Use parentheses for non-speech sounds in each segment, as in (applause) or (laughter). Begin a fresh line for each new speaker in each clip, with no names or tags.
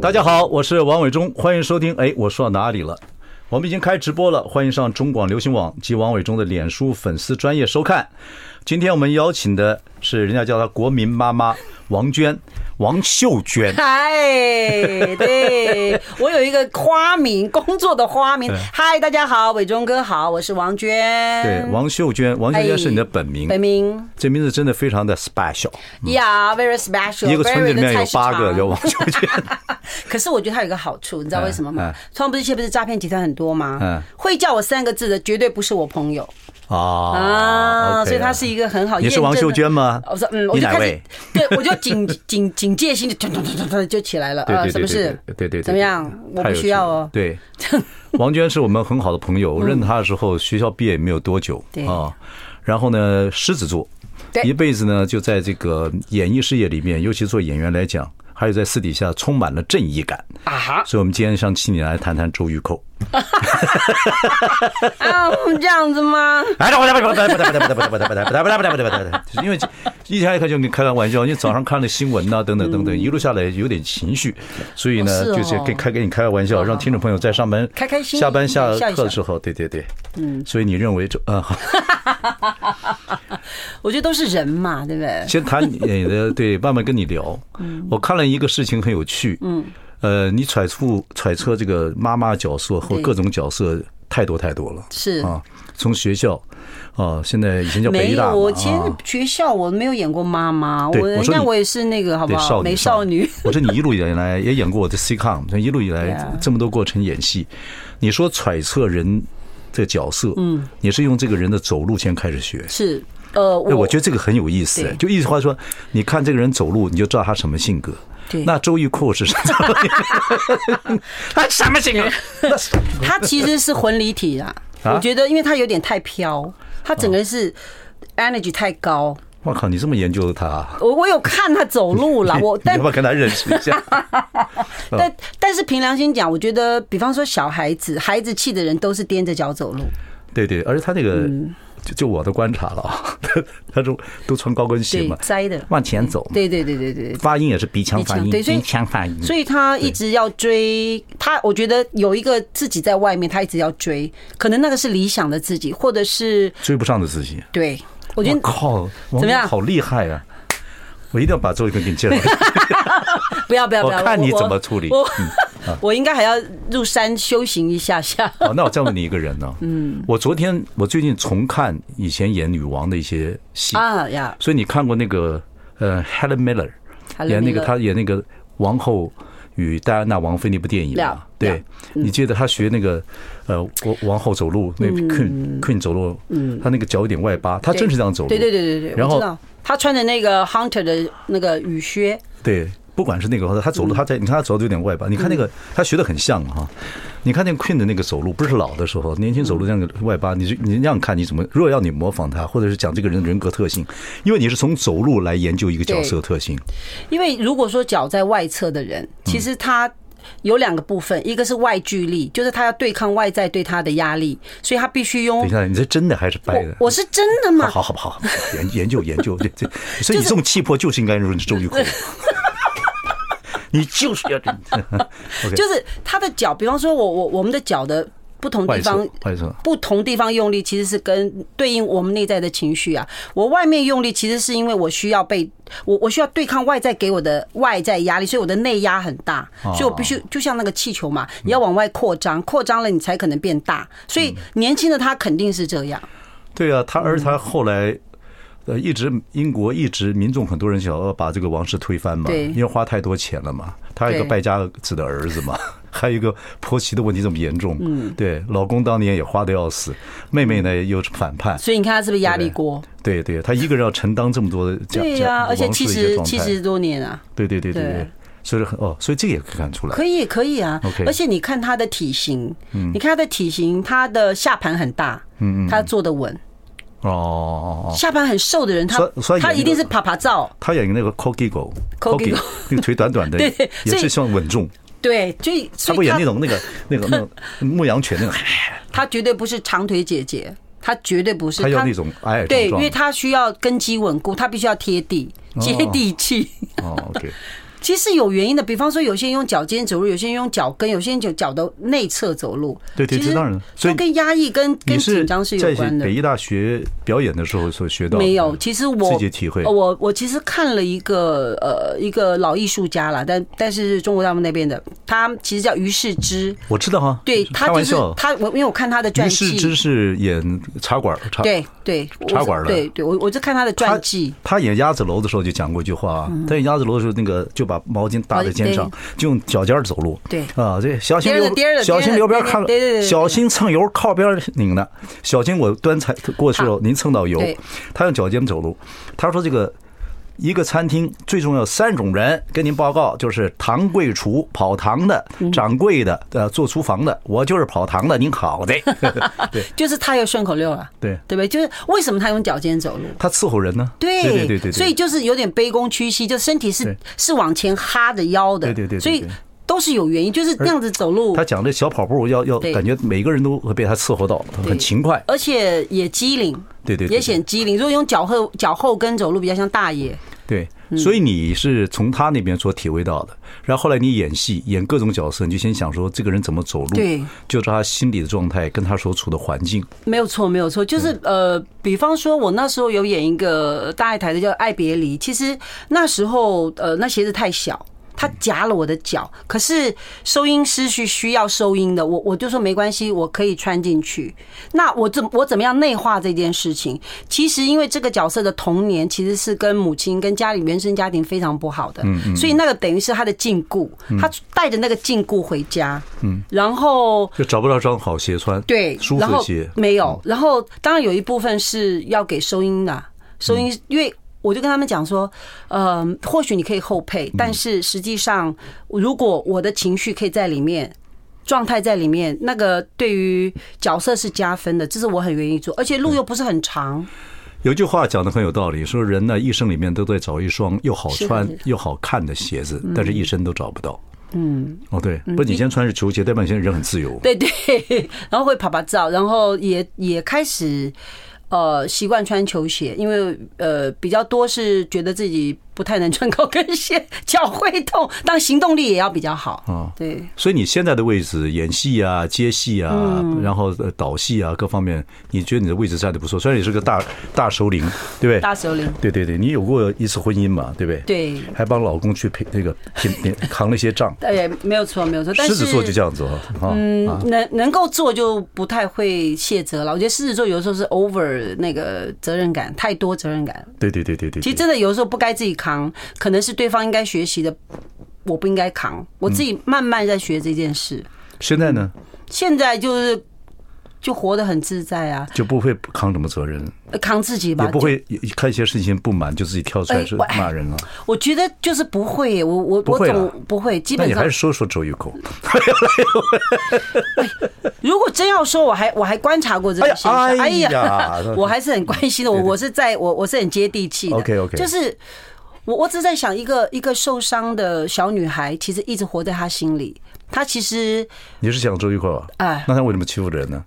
大家好，我是王伟忠，欢迎收听。哎，我说到哪里了？我们已经开直播了，欢迎上中广流行网及王伟忠的脸书粉丝专业收看。今天我们邀请的是人家叫她国民妈妈王娟，王秀娟。
(laughs) 嗨，对我有一个花名，工作的花名
对。
嗨，大家好，伟忠哥好，我是王娟。
对，王秀娟，王秀
嗯哎
娟是你的本名，
本名
这名字真的非常的 special。
，Yeah，very special。
一个村子里面有八个叫
有。
王秀
(laughs)
娟，
可是我觉得它有一个好处，你知道为什么
嗯嗯
吗？川不是现在不是诈骗集团很多
嗯
吗？会叫我三个字的绝对不是我朋友
啊
啊，
，OK
所以他是一个很好。
你是王秀娟吗？
我说嗯，我
你
就
哪
开始
位？，
对我就警 (laughs) 警警戒心就突突突突突就起来了，
对
啊，
对
是
对
不
对对
是？
对对对，
怎么样？我
太
不
有趣
需要
了
哦。 (laughs) 嗯
对，王娟是我们很好的朋友，我认识她的时候，学校毕业也没有多久
对
啊。然后呢，狮子座，
对
一辈子呢就在这个演艺事业里面，尤其做演员来讲，还有在私底下充满了正义感。
啊哈。
所以，我们今天想请你来谈谈周玉蔻。
(laughs) 啊，这样子吗？
哎，不不不不不不不不不不不不不不不不，因为一天一看就跟你开完玩笑，因为早上看了新闻呐、等等等等，一路下来有点情绪，所以呢，就是跟开给你开个玩笑，让听众朋友在上班、下班下课的时候，对对对，嗯，所以你认为这啊，
(laughs) 我觉得都是人嘛，对不对？
先谈你的对，慢慢跟你聊。我看了一个事情很有趣，嗯，呃，你揣测揣测这个妈妈角色或各种角色太多太多了，
是
啊，从学校啊，现在以前叫
没
北大嘛，
有，我其实
啊
学校我没有演过妈妈，
对
我
我
人
说
家
你
我也是那个好不
对，
好？
少女
美少女，。 (laughs)
(laughs) 我说你一路以来也演过我的 sitcom，那一路以来
Yeah
这么多过程演戏，你说揣测人的角色，嗯，你是用这个人的走路先开始学。
是呃，
哎，
我
我觉得这个很有意思。
对
就一句话说，你看这个人走路，你就知道他什么性格。
对
那周玉蔻是什
(laughs)
么？他什么性格？
她其实是混离体啊，
(laughs) 啊
我觉得因为她有点太飘，她整个人是
啊
energy 太高。
我靠，你这么研究他啊，
我我有看她走
(laughs)
路啦，我
你
但
要不要跟他认识一下？
(laughs) 但但是凭良心讲，我觉得比方说小孩子，孩子气的人都是踮着脚走路。
对对，而且他那个，
嗯
就就我的观察了 (laughs) 啊，他他都都穿高跟鞋
对
嘛，
栽的
往前走嘛。
对对对对对对。
发音也是鼻腔
鼻
发
腔
音，
对所以
鼻腔发音。
所以他一直要追他，我觉得有一个自己在外面，他一直要追，可能那个是理想的自己，或者是
追不上的自己。
对我觉
我
得
靠，王
么样
总好厉害啊！我一定要把周一坤给你介绍一
(laughs)
下。
不要不要不要，
我看你怎么处理嗯
我 (laughs) 我应该还要入山修行一下
(laughs)
下。
好，那我再问你一个
(laughs)
人呢、嗯，我昨天我最近重看以前演女王的一些戏，
啊呀，
所以你看过那个呃 Helen Miller
Helen
演那个
Miller
她演那个王后与戴安娜王妃那部电影嘛
了？
对
了，嗯
你记得她学那个呃王王后走路，那
嗯
Queen Queen 走路，她那个脚有点外八，她真是这样走路。
对对对对对，
然
我
后
知道他穿着那个 hunter 的那个雨靴，
对，不管是那个，他走路，他在你看他走路有点外八，你看那个他学的很像哈。你看那个 Queen 的那个走路，不是老的时候，年轻走路那个外八，你就你那样看你怎么？如果要你模仿他，或者是讲这个人的人格特性，因为你是从走路来研究一个角色特性，
因为如果说脚在外侧的
嗯
人，其实他。有两个部分，一个是外距力，就是他要对抗外在对他的压力，所以他必须用
等一下，你这真的还是掰的？
我我是真的嘛
好，好好不好？研研究研究，这这，所以你这种气魄就是应该用周玉蔻，你就是要这。OK，
就是他的脚，比方说我我我们的脚的不同
外
地
侧
方，
外侧，
不同地方用力其实是跟对应我们内在的情绪啊。我外面用力其实是因为我需要被我我需要对抗外在给我的外在压力，所以我的内压很大，
哦
所以我必须就像那个气球嘛，你要往外扩张，扩张了你才可能变大。所以年轻的他肯定是这样，
对啊，他而
嗯
他后来，呃，一直英国一直民众很多人想要把这个王室推翻嘛，
对
因为花太多钱了嘛，他还有一个
对
败家子的儿子嘛， (laughs) 还有一个婆媳的问题这么严重，嗯，对，老公当年也花的要死，妹妹呢又是反叛，
所以你看他是不是压力锅？
对对，他一个人要承担这么多的家，
对
家
呀、而且
王室
七
的一个
十
状态
七十多年啊，
对对对对
对。
所以很哦，所以这个也可以看出来。
可以，可以啊。
OK 嗯
而且你看他的体型，你看他的体型，他的下盘很大，嗯，他坐得稳。
哦哦哦，
下盘很瘦的人，他
所以所以
他
有一
一定
个
是爬爬照。
他演那个 Corgi 狗
Corgi 狗
那个腿短短的，
(laughs) 对对
也
所
是
以
希望稳重。
对，就
他
所
不
以
演
他
那种那个那个那种
(laughs)
牧羊犬那个，
他绝对不是长腿姐姐，他绝对不是。
他要那种矮矮
对，
壮
因
壮
为
的。
他需要根基稳固，他必须要贴地、接地气。 (laughs)
哦，OK，
其实有原因的，比方说有些人用脚尖走路，有些人用脚跟，有些人就脚的内侧走路。
对对
其实
这当然了所以
都跟压抑、跟跟
你是
紧张是有
在
关的
北。医大学表演的时候所学到的
没有，其实我
自己体会
呃我我其实看了一个呃一个老艺术家啦，但但是是中国大陆那边的，他其实叫于世之，
我知道哈，
对
开
他
玩
就是
笑。
他，我因为我看他的传
于是
记，
之是演茶馆儿，茶
对对，我
茶馆的
对对，我我就看他的
他
传记，嗯
他演鸭子楼的时候就讲过一句话啊，他演鸭子楼的时候，那个就把毛巾搭在肩上，就用脚尖儿走路。
对
啊，对，小心
颠儿
溜
的颠儿，的
小心溜边儿
颠
看
儿的对对对，对
小心蹭油，靠边儿拧的，小心我端菜过去了，您蹭到油
对。
他用脚尖走路，他说这个。一个餐厅最重要三种人，跟您报告就是堂柜厨、跑堂的、
嗯
掌柜的、呃做厨房的，我就是跑堂的，您好的， (laughs) 对
就是他有顺口溜了，
对，
对不对？就是为什么他用脚尖走路？
他伺候人呢，
对
对对对对，
所以就是有点卑躬屈膝，就身体是
对
是往前哈着腰的，
对对对对
所以
对
都是有原因，就是那样子走路
他，讲这小跑步要要
对
感觉每个人都会被他伺候到，很勤快。
而且也机灵，
对对对
也显机灵。如果用脚后脚后跟走路，比较像大爷。
对，所以你是从他那边所体会到的。然后后来你演戏，演各种角色，你就先想说这个人怎么走路，
对，
就是他心理的状态跟他所处的环境。
没有错，没有错，就是呃，比方说，我那时候有演一个大爱台的叫《爱别离》，其实那时候呃，那鞋子太小。它夹了我的脚，可是收音师是需要收音的，我我就说没关系，我可以穿进去。那我怎我怎么样内化这件事情？其实因为这个角色的童年其实是跟母亲跟家里原生家庭非常不好的，所以那个等于是他的禁锢，他带着那个禁锢回家，然后
就找不到双好鞋穿，
对，
舒
然
服的嗯
后
鞋。
没有，然后当然有一部分是要给收音的，收
嗯
音，因为我就跟他们讲说，呃，或许你可以后配，
嗯
但是实际上，如果我的情绪可以在里面。状态在里面，那个对于角色是加分的，这是我很愿意做，而且
嗯
路又不是很长，
有句话讲的很有道理，说人呢一生里面都在找一双又好穿
是的
又好看的鞋子，但是一生都找不到。嗯，哦对，不，你先穿是球鞋，代表你现在人很自由。
对 (laughs) 对，然后会爬爬照，然后也也开始呃习惯穿球鞋，因为呃比较多是觉得自己不太能穿高跟鞋，脚会痛，但行动力也要比较好。
啊
对，
所以你现在的位置，演戏啊、接戏啊，
嗯
然后呃导戏啊，各方面，你觉得你的位置站的不错。虽然你是个大大首领，对不对
大？首领，
对对对，你有过一次婚姻嘛，对不对？
对
还帮老公去陪那个拼拼扛了一些账。
哎，没有错，没有错。但
狮
是
子座就这样子啊，啊，啊
嗯，能能够做就不太会卸责了。我觉得狮子座有的时候是 over 那个责任感太多，责任感。
对对对对对。
其
对
实真的有的时候不该自己扛，可能是对方应该学习的，我不应该扛。我自己慢慢在学这件事。
现在
嗯
呢
现在就是就活得很自在啊，
就不会扛什么责任，
呃扛自己吧，
也不会也看一些事情不满就自己跳出来
哎
是
我
骂人啊了。
就。我觉得就是不会，我我
不
我
会了
总不会，基
那
本
你还
上
是说说周玉蔻。
如果真要说，我还我还观察过这个现象，
哎呀
哎
哎呀
呀， (laughs) 我还是很关心的，我我是在我我是很接地气的
OK，OK
就是。我我只在想，一个一个受伤的小女孩，其实一直活在她心里。她其实，
你是想周玉蔻啊？
哎
那他为什么欺负人呢？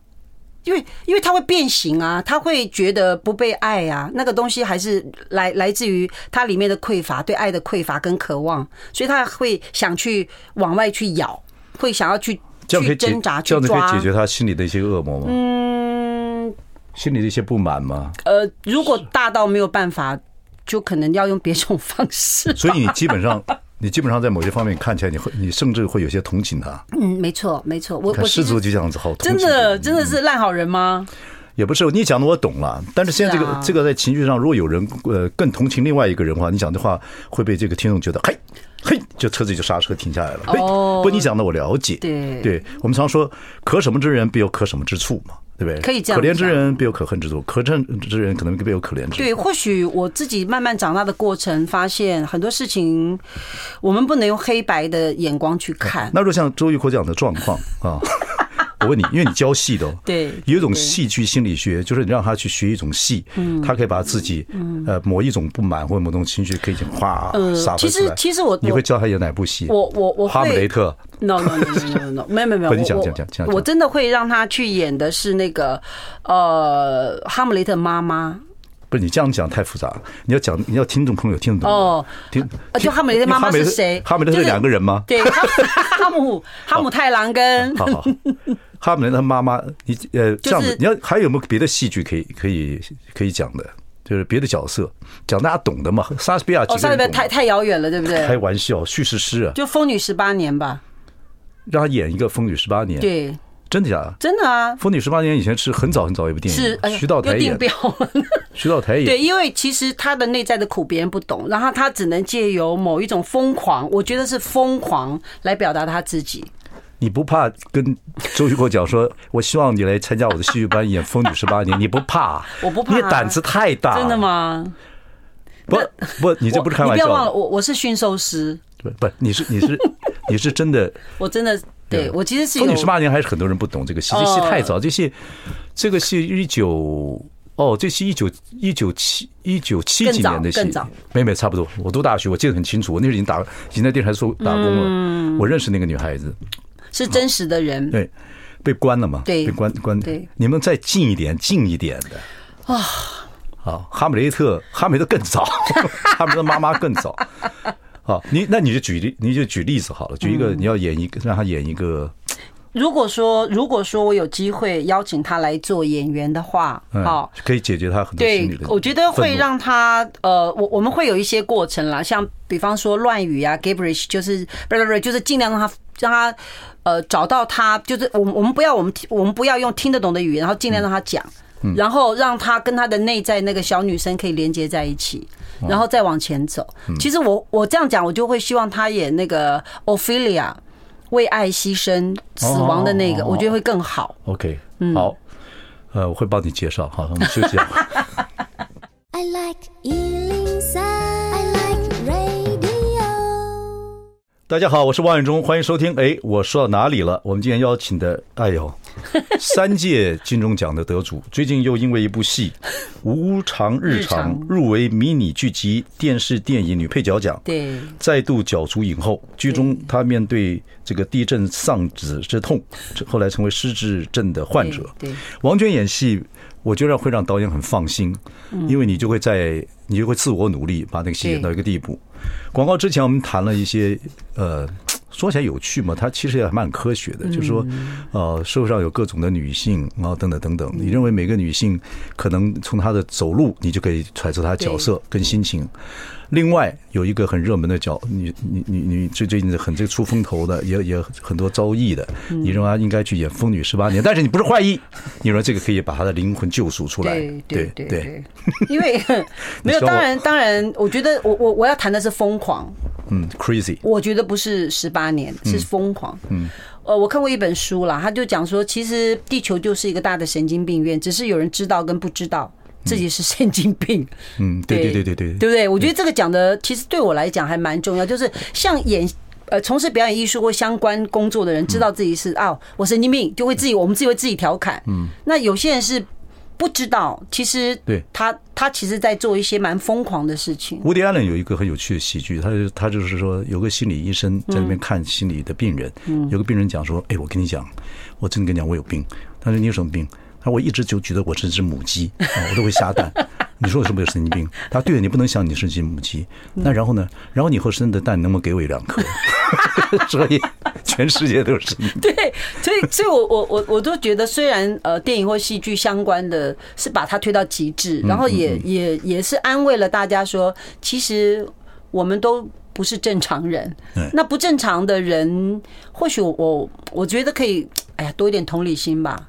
因为因为她会变形啊，她会觉得不被爱啊，那个东西还是来来自于她里面的匮乏，对爱的匮乏跟渴望，所以她会想去往外去咬，会想要去
这样可以
去
解
挣扎，
这
去
样子可以
抓
解。决他心里的一些恶魔吗？
嗯，
心里的一些不满吗？
呃，如果大到没有办法，就可能要用别种方式。
所以你基本上，你基本上在某些方面看起来，你会，你甚至会有些同情他。
(laughs) 嗯，没错，没错，我
看
我
狮
其
子座
实
就这样子，好同
真
情
的真的是烂好人吗？
也不是你讲的我懂了，但是现在这
是
个
啊
这个在情绪上，如果有人呃更同情另外一个人的话，你讲的话会被这个听众觉得嘿。嘿，就车子就刹车停下来了。嘿，
哦
不，你讲的我了解。
对
对我们常说，可什么之人必有可什么之处嘛。对不对？
可以这样
可怜之人必有可恨之处，可恨之人可能必有可怜之处。
对，或许我自己慢慢长大的过程，发现很多事情，我们不能用黑白的眼光去看。
那如果像周玉蔻这样的状况
(laughs)
啊，我问你，因为你教戏的、哦，
对，
有一种戏剧心理学，就是你让他去学一种戏，
嗯
他可以把自己呃某一种不满或者某种情绪可以哗
呃
撒出
其
来。
实其实我
你会教他演哪部戏？
我我我
哈姆雷
会
特
no no no
(laughs)
no no no 没有没有没有，
不你讲
我
讲讲讲
我真的会让他去演的是那个呃哈姆雷特妈妈。
不是你这样讲太复杂了，你要讲你要听众朋友听得懂吗
哦
听
啊，就哈姆雷特妈妈是谁？
嗯哈姆雷特哈姆
就
雷特两个人吗？
对，哈 (laughs) 哈姆哈姆太郎跟
好好，好哈姆雷特他妈妈，你呃这样
(laughs) 就
子
是，
你要还有没有别的戏剧可以可以可以讲的？就是别的角色，讲大家懂的嘛。莎士比亚
哦，
几
上
个
一辈
人懂
太？太遥远了，对不
开
对？
玩笑，叙事诗啊，
就《风女十八年》吧，
让他演一个《风雨十八年》，
对，
真的假的？
真的啊，
《风雨十八年》以前是很早很早一部电影，
是哎呀
徐嗯道台
又定
演，
标
(laughs)
了。
徐道台
对，
演，
因为其实他的内在的苦别人不懂，然后他只能借由某一种疯狂，我觉得是疯狂来表达他自己。
你不怕跟周玉蔻讲说，我希望你来参加我的戏剧班
(laughs)
演《风雨十八年》，你不怕？
我不怕啊
你的胆子太大，啊
真的？吗？
不不，你这不是开
我
玩
你
笑
不要忘了，
的，
我我是驯兽师，
不不，你是你是 (laughs) 你是真的。
我真的对
对
我其实是
风
有哦
女十八年还是很多人不懂这个戏，这戏太早，这戏这个戏一九哦，这戏一九一九七一九七几年的戏
更早更早，
没有没有差不多。我读大学，我记得很清楚，我那时候已经打已经在电视台做打工
嗯
了，我认识那个女孩子，
是真实的人。
对，被关了嘛，
对
被关关
对，
你们再近一点，近一点的啊，好，哈姆雷特，哈姆雷特更早， (laughs) 哈姆雷特妈妈更早。好，你那你就举例，你就举例子好了，举一
嗯
个，你要演一个，让他演一个
如果说如果说我有机会邀请他来做演员的话，
嗯
好、，
可以解决他很多心
对
理的，
我觉得
愤
会
怒
让他呃，我我们会有一些过程啦，像比方说乱语啊 g a b r i s h 就是不是不是，就是尽量让他让他呃找到他，就是我们我们不要我们听我们不要用听得懂的语言，然后尽量让他讲。
嗯
然后让他跟他的内在那个小女生可以连接在一起，
哦
然后再往前走。
嗯
其实我我这样讲，我就会希望他演那个 Ophelia，为爱牺牲死亡的那个，
哦
我觉得会更好。
OK，好，
嗯
呃，我会帮你介绍。好，我们休息一下。 (laughs)
I like Ealing Sound. I like radio.
大家好，我是王远忠，欢迎收听。哎，我说到哪里了？我们今天邀请的，哎呦，三届金钟奖的得主，最近又因为一部戏《无常日常》入围迷你剧集电视电影女配角奖。
对，
再度角逐影后。剧中她面对这个地震丧子之痛，这后来成为失智症的患者。
对对
王娟演戏，我觉得会让导演很放心，因为你就会在你就会自我努力，把那个戏演到一个地步。广告之前我们谈了一些呃。说起来有趣嘛，它其实也蛮科学的，就是说，呃，社会上有各种的女性啊，然后等等等等。你认为每个女性可能从她的走路，你就可以揣测她的角色跟心情。另外有一个很热门的角，你你你你最最近很这出风头的，也也很多遭遇的，
嗯
你认为她应该去演《风女十八年》，但是你不是坏意，你说这个可以把她的灵魂救赎出来，
对对
对，
对，因为 (laughs) 没有，
你说我
当然当然，我觉得我我我要谈的是疯狂，
嗯，crazy，
我觉得不是十八年，是疯狂。嗯，呃，我看过一本书啦，他就讲说，其实地球就是一个大的神经病院，只是有人知道跟不知道。自己是神经病，
嗯，对对对对
对
对，
不对？我觉得这个讲的其实对我来讲还蛮重要，就是像演呃从事表演艺术或相关工作的人，知道自己是
嗯
啊、我神经病，就会自己我们自己会自己调侃。嗯，那有些人是不知道，其实
对
他他其实在做一些蛮疯狂的事情。
伍迪·艾伦有一个很有趣的喜剧，他就他就是说，有个心理医生在那边看心理的病人，有个病人讲说：“哎，我跟你讲，我真的跟你讲，我有病。”他说：“你有什么病？”他说：“我一直就觉得我是只母鸡，啊，我都会下蛋。” (laughs) 你说我是不是有神经病？他说：“对，你不能想你是只母鸡。那然后呢？然后你以后生的蛋能不能给我一两颗？” (laughs) 所以全世界都是你。
(laughs) 对，所以所以我我我我都觉得，虽然呃电影或戏剧相关的是把它推到极
嗯
致，然后也也也是安慰了大家说，其实我们都。不是正常人
对，
那不正常的人，或许我我我觉得可以，哎呀，多一点同理心吧。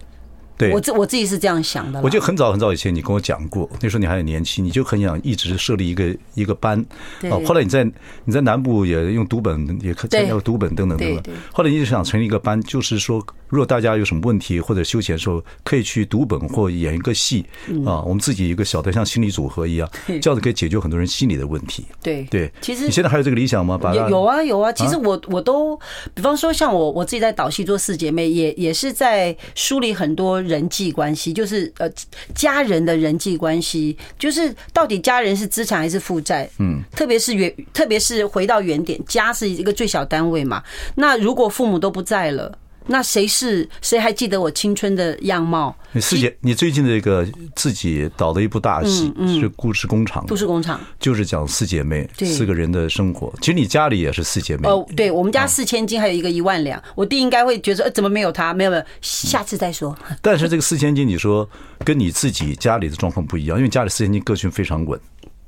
对
我自我自己是这样想的啦。
我记得很早很早以前你跟我讲过，那时候你还很年轻，你就很想一直设立一个一个班。
对
啊，后来你在你在南部也用读本，也参加
对
读本等等等
对
等
对。
后来你就想成立一个班，就是说，如果大家有什么问题或者休闲的时候，可以去读本或演一个戏啊，我们自己一个小的像心理组合一样，
嗯对
这样子可以解决很多人心理的问题。
对
对，
其实
你现在还有这个理想吗？把它
有有啊有啊，其实我我都，比方说像我我自己在导戏做四姐妹，也也是在梳理很多人际关系，就是呃家人的人际关系，就是到底家人是资产还是负债？嗯，特别是原特别是回到原点，家是一个最小单位嘛。那如果父母都不在了，那谁是谁还记得我青春的样貌？
你自己，你最近的一个自己导的一部大戏
嗯
是《故事工厂》，
都市工厂。
就是讲四姐妹
对
四个人的生活。其实你啊家里也是四姐妹，
哦，对我们家四千斤，还有一个一万两，我弟应该会觉得说，呃，怎么没有他？没有没有，下次再说。
但是这个四千金，你说跟你自己家里的状况不一样，因为家里四千金个性非常稳。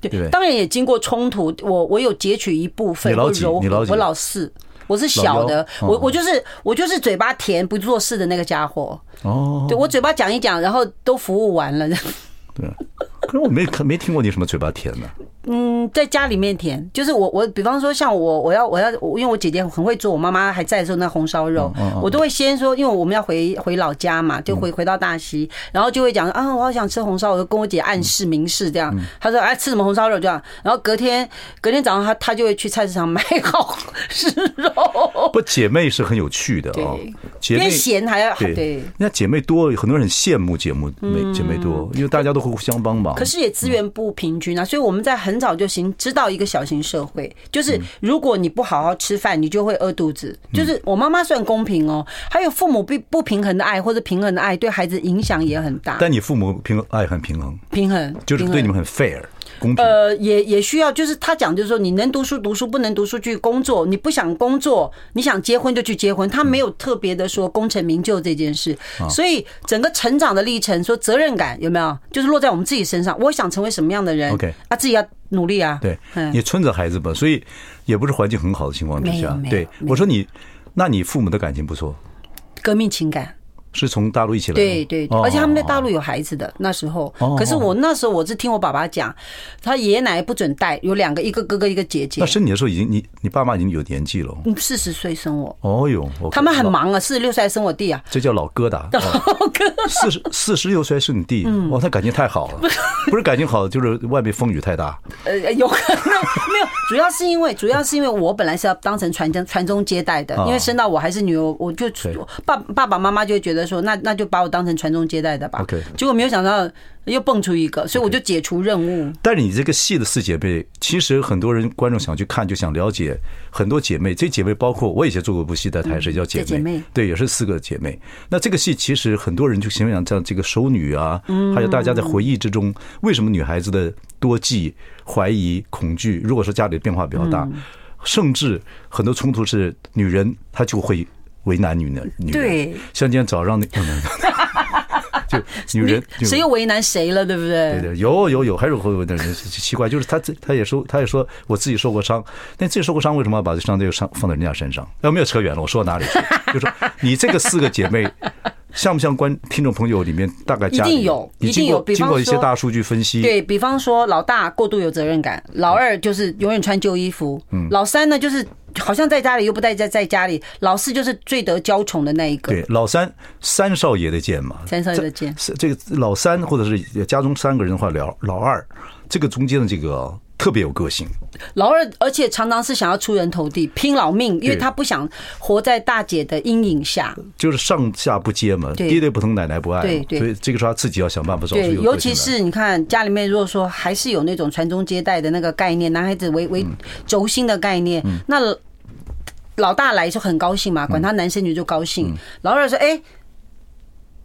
对不
对，
对
当然也经过冲突，我我有截取一部分，
你老
我
几
柔
你老
和
几
我老四，我是小的，
老幺
我
哦
我就是我就是嘴巴甜不做事的那个家伙，
哦，
对我嘴巴讲一讲，然后都服务完了，
对。可是我没看没听过你什么嘴巴甜的，
嗯，在家里面甜，就是我我比方说像我我要我要我因为我姐姐很会做，我妈妈还在的时候那红烧肉，
嗯
我都会先说，因为我们要回回老家嘛，就回回到大溪，然后就会讲啊，我好想吃红烧，我就跟我姐暗示明示
嗯
这样，她说哎吃什么红烧肉这样，然后隔天隔天早上她她就会去菜市场买 (laughs) 好吃肉，
不姐妹是很有趣的啊、
对
姐妹
边咸还要
对，
对。嗯
人家姐妹多，很多人很羡慕姐妹妹姐妹多，因为大家都会互相帮忙。
可是也资源不平均啊，所以我们在很早就行知道一个小型社会，就是
嗯
如果你不好好吃饭，你就会饿肚子。就是我妈妈算公平哦，还有父母不不平衡的爱或者平衡的爱对孩子影响也很大。
但你父母平衡爱很平衡，
平衡
就是对你。
平
们
衡
很 fair 公平。
呃，也也需要，就是他讲，就是说你能读书读书，不能读书去工作。你不想工作，你想结婚就去结婚。他没有特别的说功成名就这件事，
啊
所以整个成长的历程，说责任感有没有，就是落在我们自己身上。我想成为什么样的人
OK
啊，自己要努力啊。
(laughs) 对
嗯，
也村着孩子嘛，所以也不是环境很好的情况之下
没有没。有
对，我说你，那你父母的感情不错，
革命情感，
是从大陆一起来的
对对对，
哦
而且他们在大
哦
陆有孩子的那时候
哦，
可是我那时候我是听我爸爸讲，他爷爷奶奶不准带，有两个，一个哥哥一个姐姐
那，生你的时候已经你你爸妈已经有年纪了。
四十岁生我，
哦哟，我
他们很
老，
忙啊，四十六岁还生我弟啊，
这叫老疙
(laughs)
瘩。哦四十四十六岁是你弟，
嗯
哇，他感情太
(laughs)
好了，不是感情好，就是外面风雨太大。
呃，有可能 (laughs) 没有，主要是因为主要是因为我本来是要当成传中传宗接代的
哦，
因为生到我还是女儿，我就
对
爸爸爸妈妈就会觉得说，那那就把我当成传宗接代的吧
OK。
结果没有想到又蹦出一个，所以我就解除任务。
但是你这个戏的四姐妹，其实很多人观众想去看，就想了解很多姐妹。这姐妹包括我以前做过一部戏在台上叫姐妹，
嗯这姐妹
对，也是四个姐妹。那这个戏其实很多人就想想，像这个熟女啊，
嗯
还有大家在回忆之中，为什么女孩子的多忌、怀疑、恐惧？如果说家里变化比较
嗯
大，甚至很多冲突是女人她就会为难女人，女人
对
像今天早上那， (laughs) 就女
(laughs)
人
你谁又为难谁了，对不对？
对对，有有有，还是会有点人奇怪，就是他自他也说，他也说我自己受过伤，但自己受过伤，为什么要把这伤这个伤放在人家身上？呃，没有扯远了，我 (laughs) 说到哪里去？就说你这个四个姐妹，像不像观听众朋友里面大概家里
一定有
你
一定
经
有
过
比
经
方
过一些
说
大数据分析，
对比方说，老大过度有责任感，老二就是永远穿旧衣服，
嗯
老三呢就是好像在家里又不在在在家里，老四就是最得娇宠的那一个。
对老三三少爷的剑嘛，
三少爷的剑
这这个老三或者是家中三个人的话，老老二这个中间的这个特别有个性，
老二，而且常常是想要出人头地，拼老命，因
对
为他不想活在大姐的阴影下。
就是上下不接嘛，
对
爹爹不疼奶奶不爱嘛，
对对
所以这个时候他自己要想办法找出
对，
有
尤
个性
其
来
是你看家里面，如果说还是有那种传宗接代的那个概念，男孩子为为轴心的概念，那老大来就很高兴嘛，管他男生女就高兴。老二说：“哎，也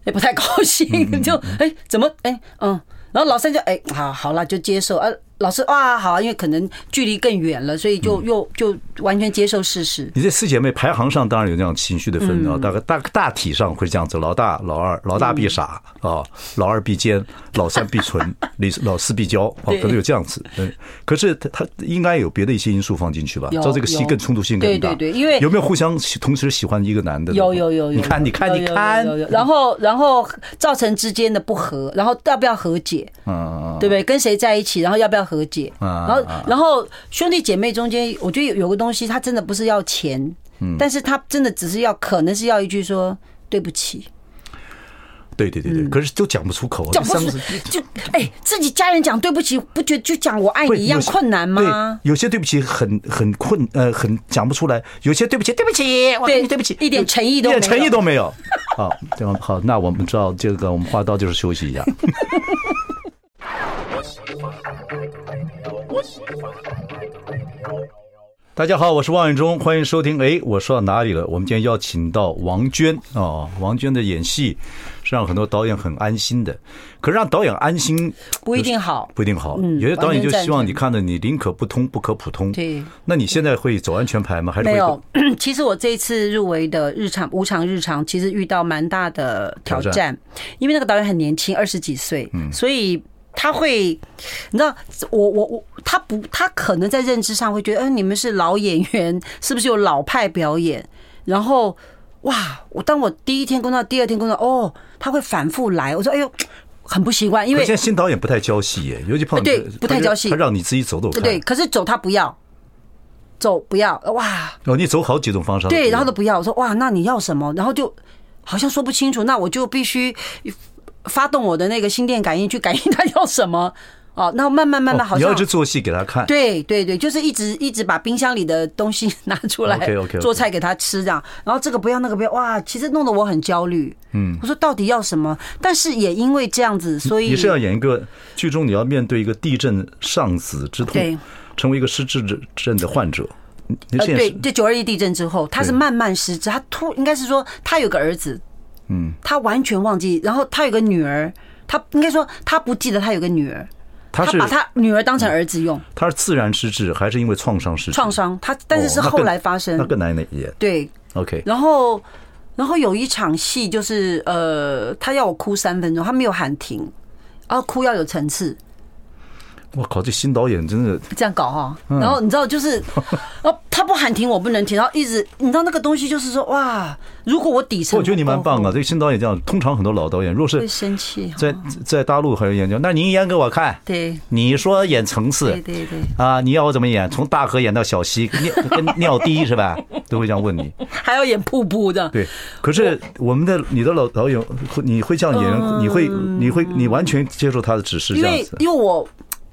(laughs) 哎不太高兴，就哎怎么哎嗯。”然后老三就哎好好了就接受，啊，老师哇好啊，因为可能距离更远了，所以就又就完全接受事实。
你这四姐妹排行上当然有那样情绪的分
嗯
啊，大概大大体上会这样子：老大、老二，老大必傻啊，老二必奸，老三必
(laughs)
纯，李老四必骄啊，可能有这样子。嗯，可是他他应该有别的一些因素放进去吧，
有
照这个戏
有
更冲突性更大。
对对对因为
有没有互相喜同时喜欢一个男的？
有有有有，
你看你看
有
你看，
有有有有然后然后造成之间的不和，然后要不要和解，
嗯，
对不对？跟谁在一起，然后要不要和解？
啊
然后
啊
然后兄弟姐妹中间，我觉得有有个东西，他真的不是要钱，
嗯
但是他真的只是要，可能是要一句说对不起，
对对对对，可是都讲不出口啊，
嗯讲不
这三
出
个字
就哎自己家人讲对不起，不觉得就讲我爱
不
你一样
有些
困难吗？
对，有些对不起很很困，呃，很讲不出来；有些对不起，对不起，我
对
对你对不起，
一点诚意都
一
没有
点诚意都没有。 (laughs) 好，这样好，那我们知道这个，我们花刀就是休息一下。 (laughs) 大家好，我是王永忠，欢迎收听。哎，我说到哪里了？我们今天邀请到王娟哦，王娟的演戏是让很多导演很安心的，可是让导演安心
不一定好
不一定好。有些导演就
嗯完全赞
希望你
成
看到你宁可不通不可普通。
对，
那你现在会走安全牌吗？还是会
没有， (clears throat) 其实我这一次入围的日常无常日常，其实遇到蛮大的挑
挑
战，嗯因为那个导演很年轻，二十几岁，所以。他会，你知道，我我我，他不，他可能在认知上会觉得，嗯、你们是老演员， (laughs) 是不是有老派表演？然后，哇，我当我第一天工作，第二天工作，哦，他会反复来，我说，哎呦，很不习惯，因
可
为
是现在新导演不太教戏耶，尤其碰到
对
他
不太教戏
他让你自己走走看。
对，可是走他不要，走不要，哇，
哦，你走好几种方向。
对，然后都不要。我说哇，那你要什么？然后就好像说不清楚，那我就必须发动我的那个心电感应去感应他要什么。哦，那慢慢慢慢
哦
好
你要
像
一。直做戏给他看。
对对对，就是一直一直把冰箱里的东西拿出来
OK，OK，OK
做菜给他吃这样，然后这个不要那个不要，哇，其实弄得我很焦虑。嗯，我说到底要什么？但是也因为这样子，所以
你是要演一个剧中你要面对一个地震丧子之
对
痛，成为一个失智症的患者。你你
呃，
现在
对
是，
这九二一地震之后，他是
对
慢慢失智，他突应该是说他有个儿子，嗯，他完全忘记，然后他有个女儿，他应该说他不记得他有个女儿，
他是嗯
把他女儿当成儿子用，
他是自然失智还是因为创伤失智？
创伤，他但是
哦
是
那更
后来发生，
那更难演。
对，
OK，
然后然后有一场戏就是呃，他要我哭三分钟，他没有喊停，然后哭要有层次，
我靠，这新导演真的
这样搞哈，
嗯
然后你知道就是，
(laughs)
然后他不喊停，我不能停，然后一直你知道那个东西就是说哇，如果我底层哦
我觉得你蛮棒啊！这个新导演这样，通常很多老导演，若
会
是
生气哈，
在在大陆还有演讲，那您演给我看。
对
你说演城
对
市
对对，
啊，你要我怎么演？从大河演到小溪，尿
(laughs)
跟尿滴是吧？都会这样问你。
还要演瀑布的，
对，可是我们的你的老导演，会你会这样演员，你会你会你完全接受他的指示
呃因
这样
为
子。
因为我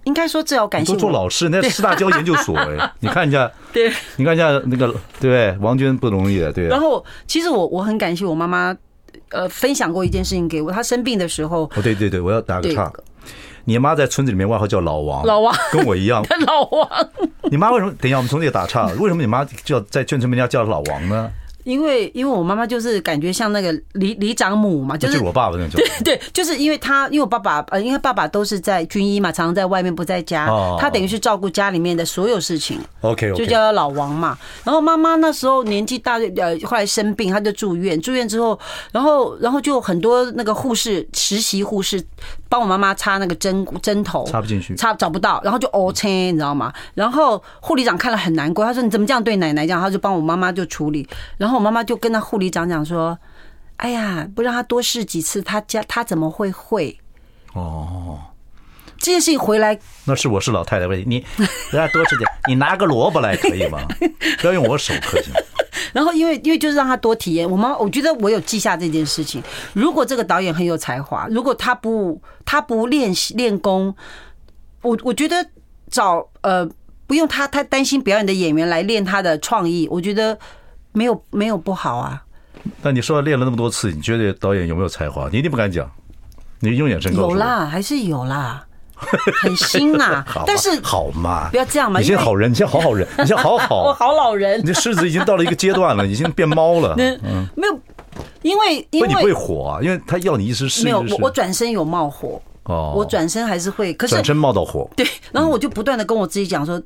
应该说这要感
你
谢
都做
我，
老师，那师大交研究所
(laughs)
哎，你看一下，
对，
你看一下那个对不对王娟不容易的，对。
然后其实我我很感谢我妈妈，呃，分享过一件事情给我，她生病的
(laughs)
时候，
哦，对对对，我要打个
对
岔。你妈在村子里面外号叫老王，
老王
跟我一样，
她老王，
(laughs) 你妈为什么？等一下，我们从这里打岔。啊为什么你妈叫在眷村人家叫老王呢？
因为因为我妈妈就是感觉像那个里里长母嘛，
那
就
就是
是
我爸爸那种。
(laughs) 对，就是因为他，因为我爸爸，呃，因为爸爸都是在军医嘛，常常在外面不在家
哦，
他等于是照顾家里面的所有事情，
OK
就
OK，
叫老王嘛。然后妈妈那时候年纪大，呃，后来生病，她就住院，住院之后，然后然后就很多那个护士实习护士帮我妈妈插那个针针头，
插不进去。
插找不到，然后就哦切，你知道吗？然后护理长看了很难过，他说你怎么这样对奶奶这样？他就帮我妈妈就处理，然后我妈妈就跟那护理长讲说：“哎呀，不让他多试几次，他家他怎么会会
哦，
这件事情回来？
那是我是老太太问你，你人家多吃点，你拿个萝卜来可以吗？不要用我手可行吗？
然后因为因为就是让他多体验。我妈我觉得我有记下这件事情。如果这个导演很有才华，如果他不他不练习练功，我我觉得找呃不用他太担心表演的演员来练他的创意，我觉得没有没有不好啊。”
那你说练了那么多次，你觉得导演有没有才华？你一定不敢讲，你用眼神告诉我。
有啦，还是有啦，很新呐、
(laughs) 好吧，
但是
好嘛，
不要这样嘛
你现
因
在
为
好人，你现在好好人，你现在好
(laughs) 我
好，
好老人
你，这狮子已经到了一个阶段了，已经变猫
(laughs)
了。
嗯，没有，因为因
不，你不会
为
火啊，因为他要你一时试
没有
一时
我
试。
我转身有冒火，
哦
我转身还是会，可是
转身冒到火，
对，然后我就不断的跟我自己讲说，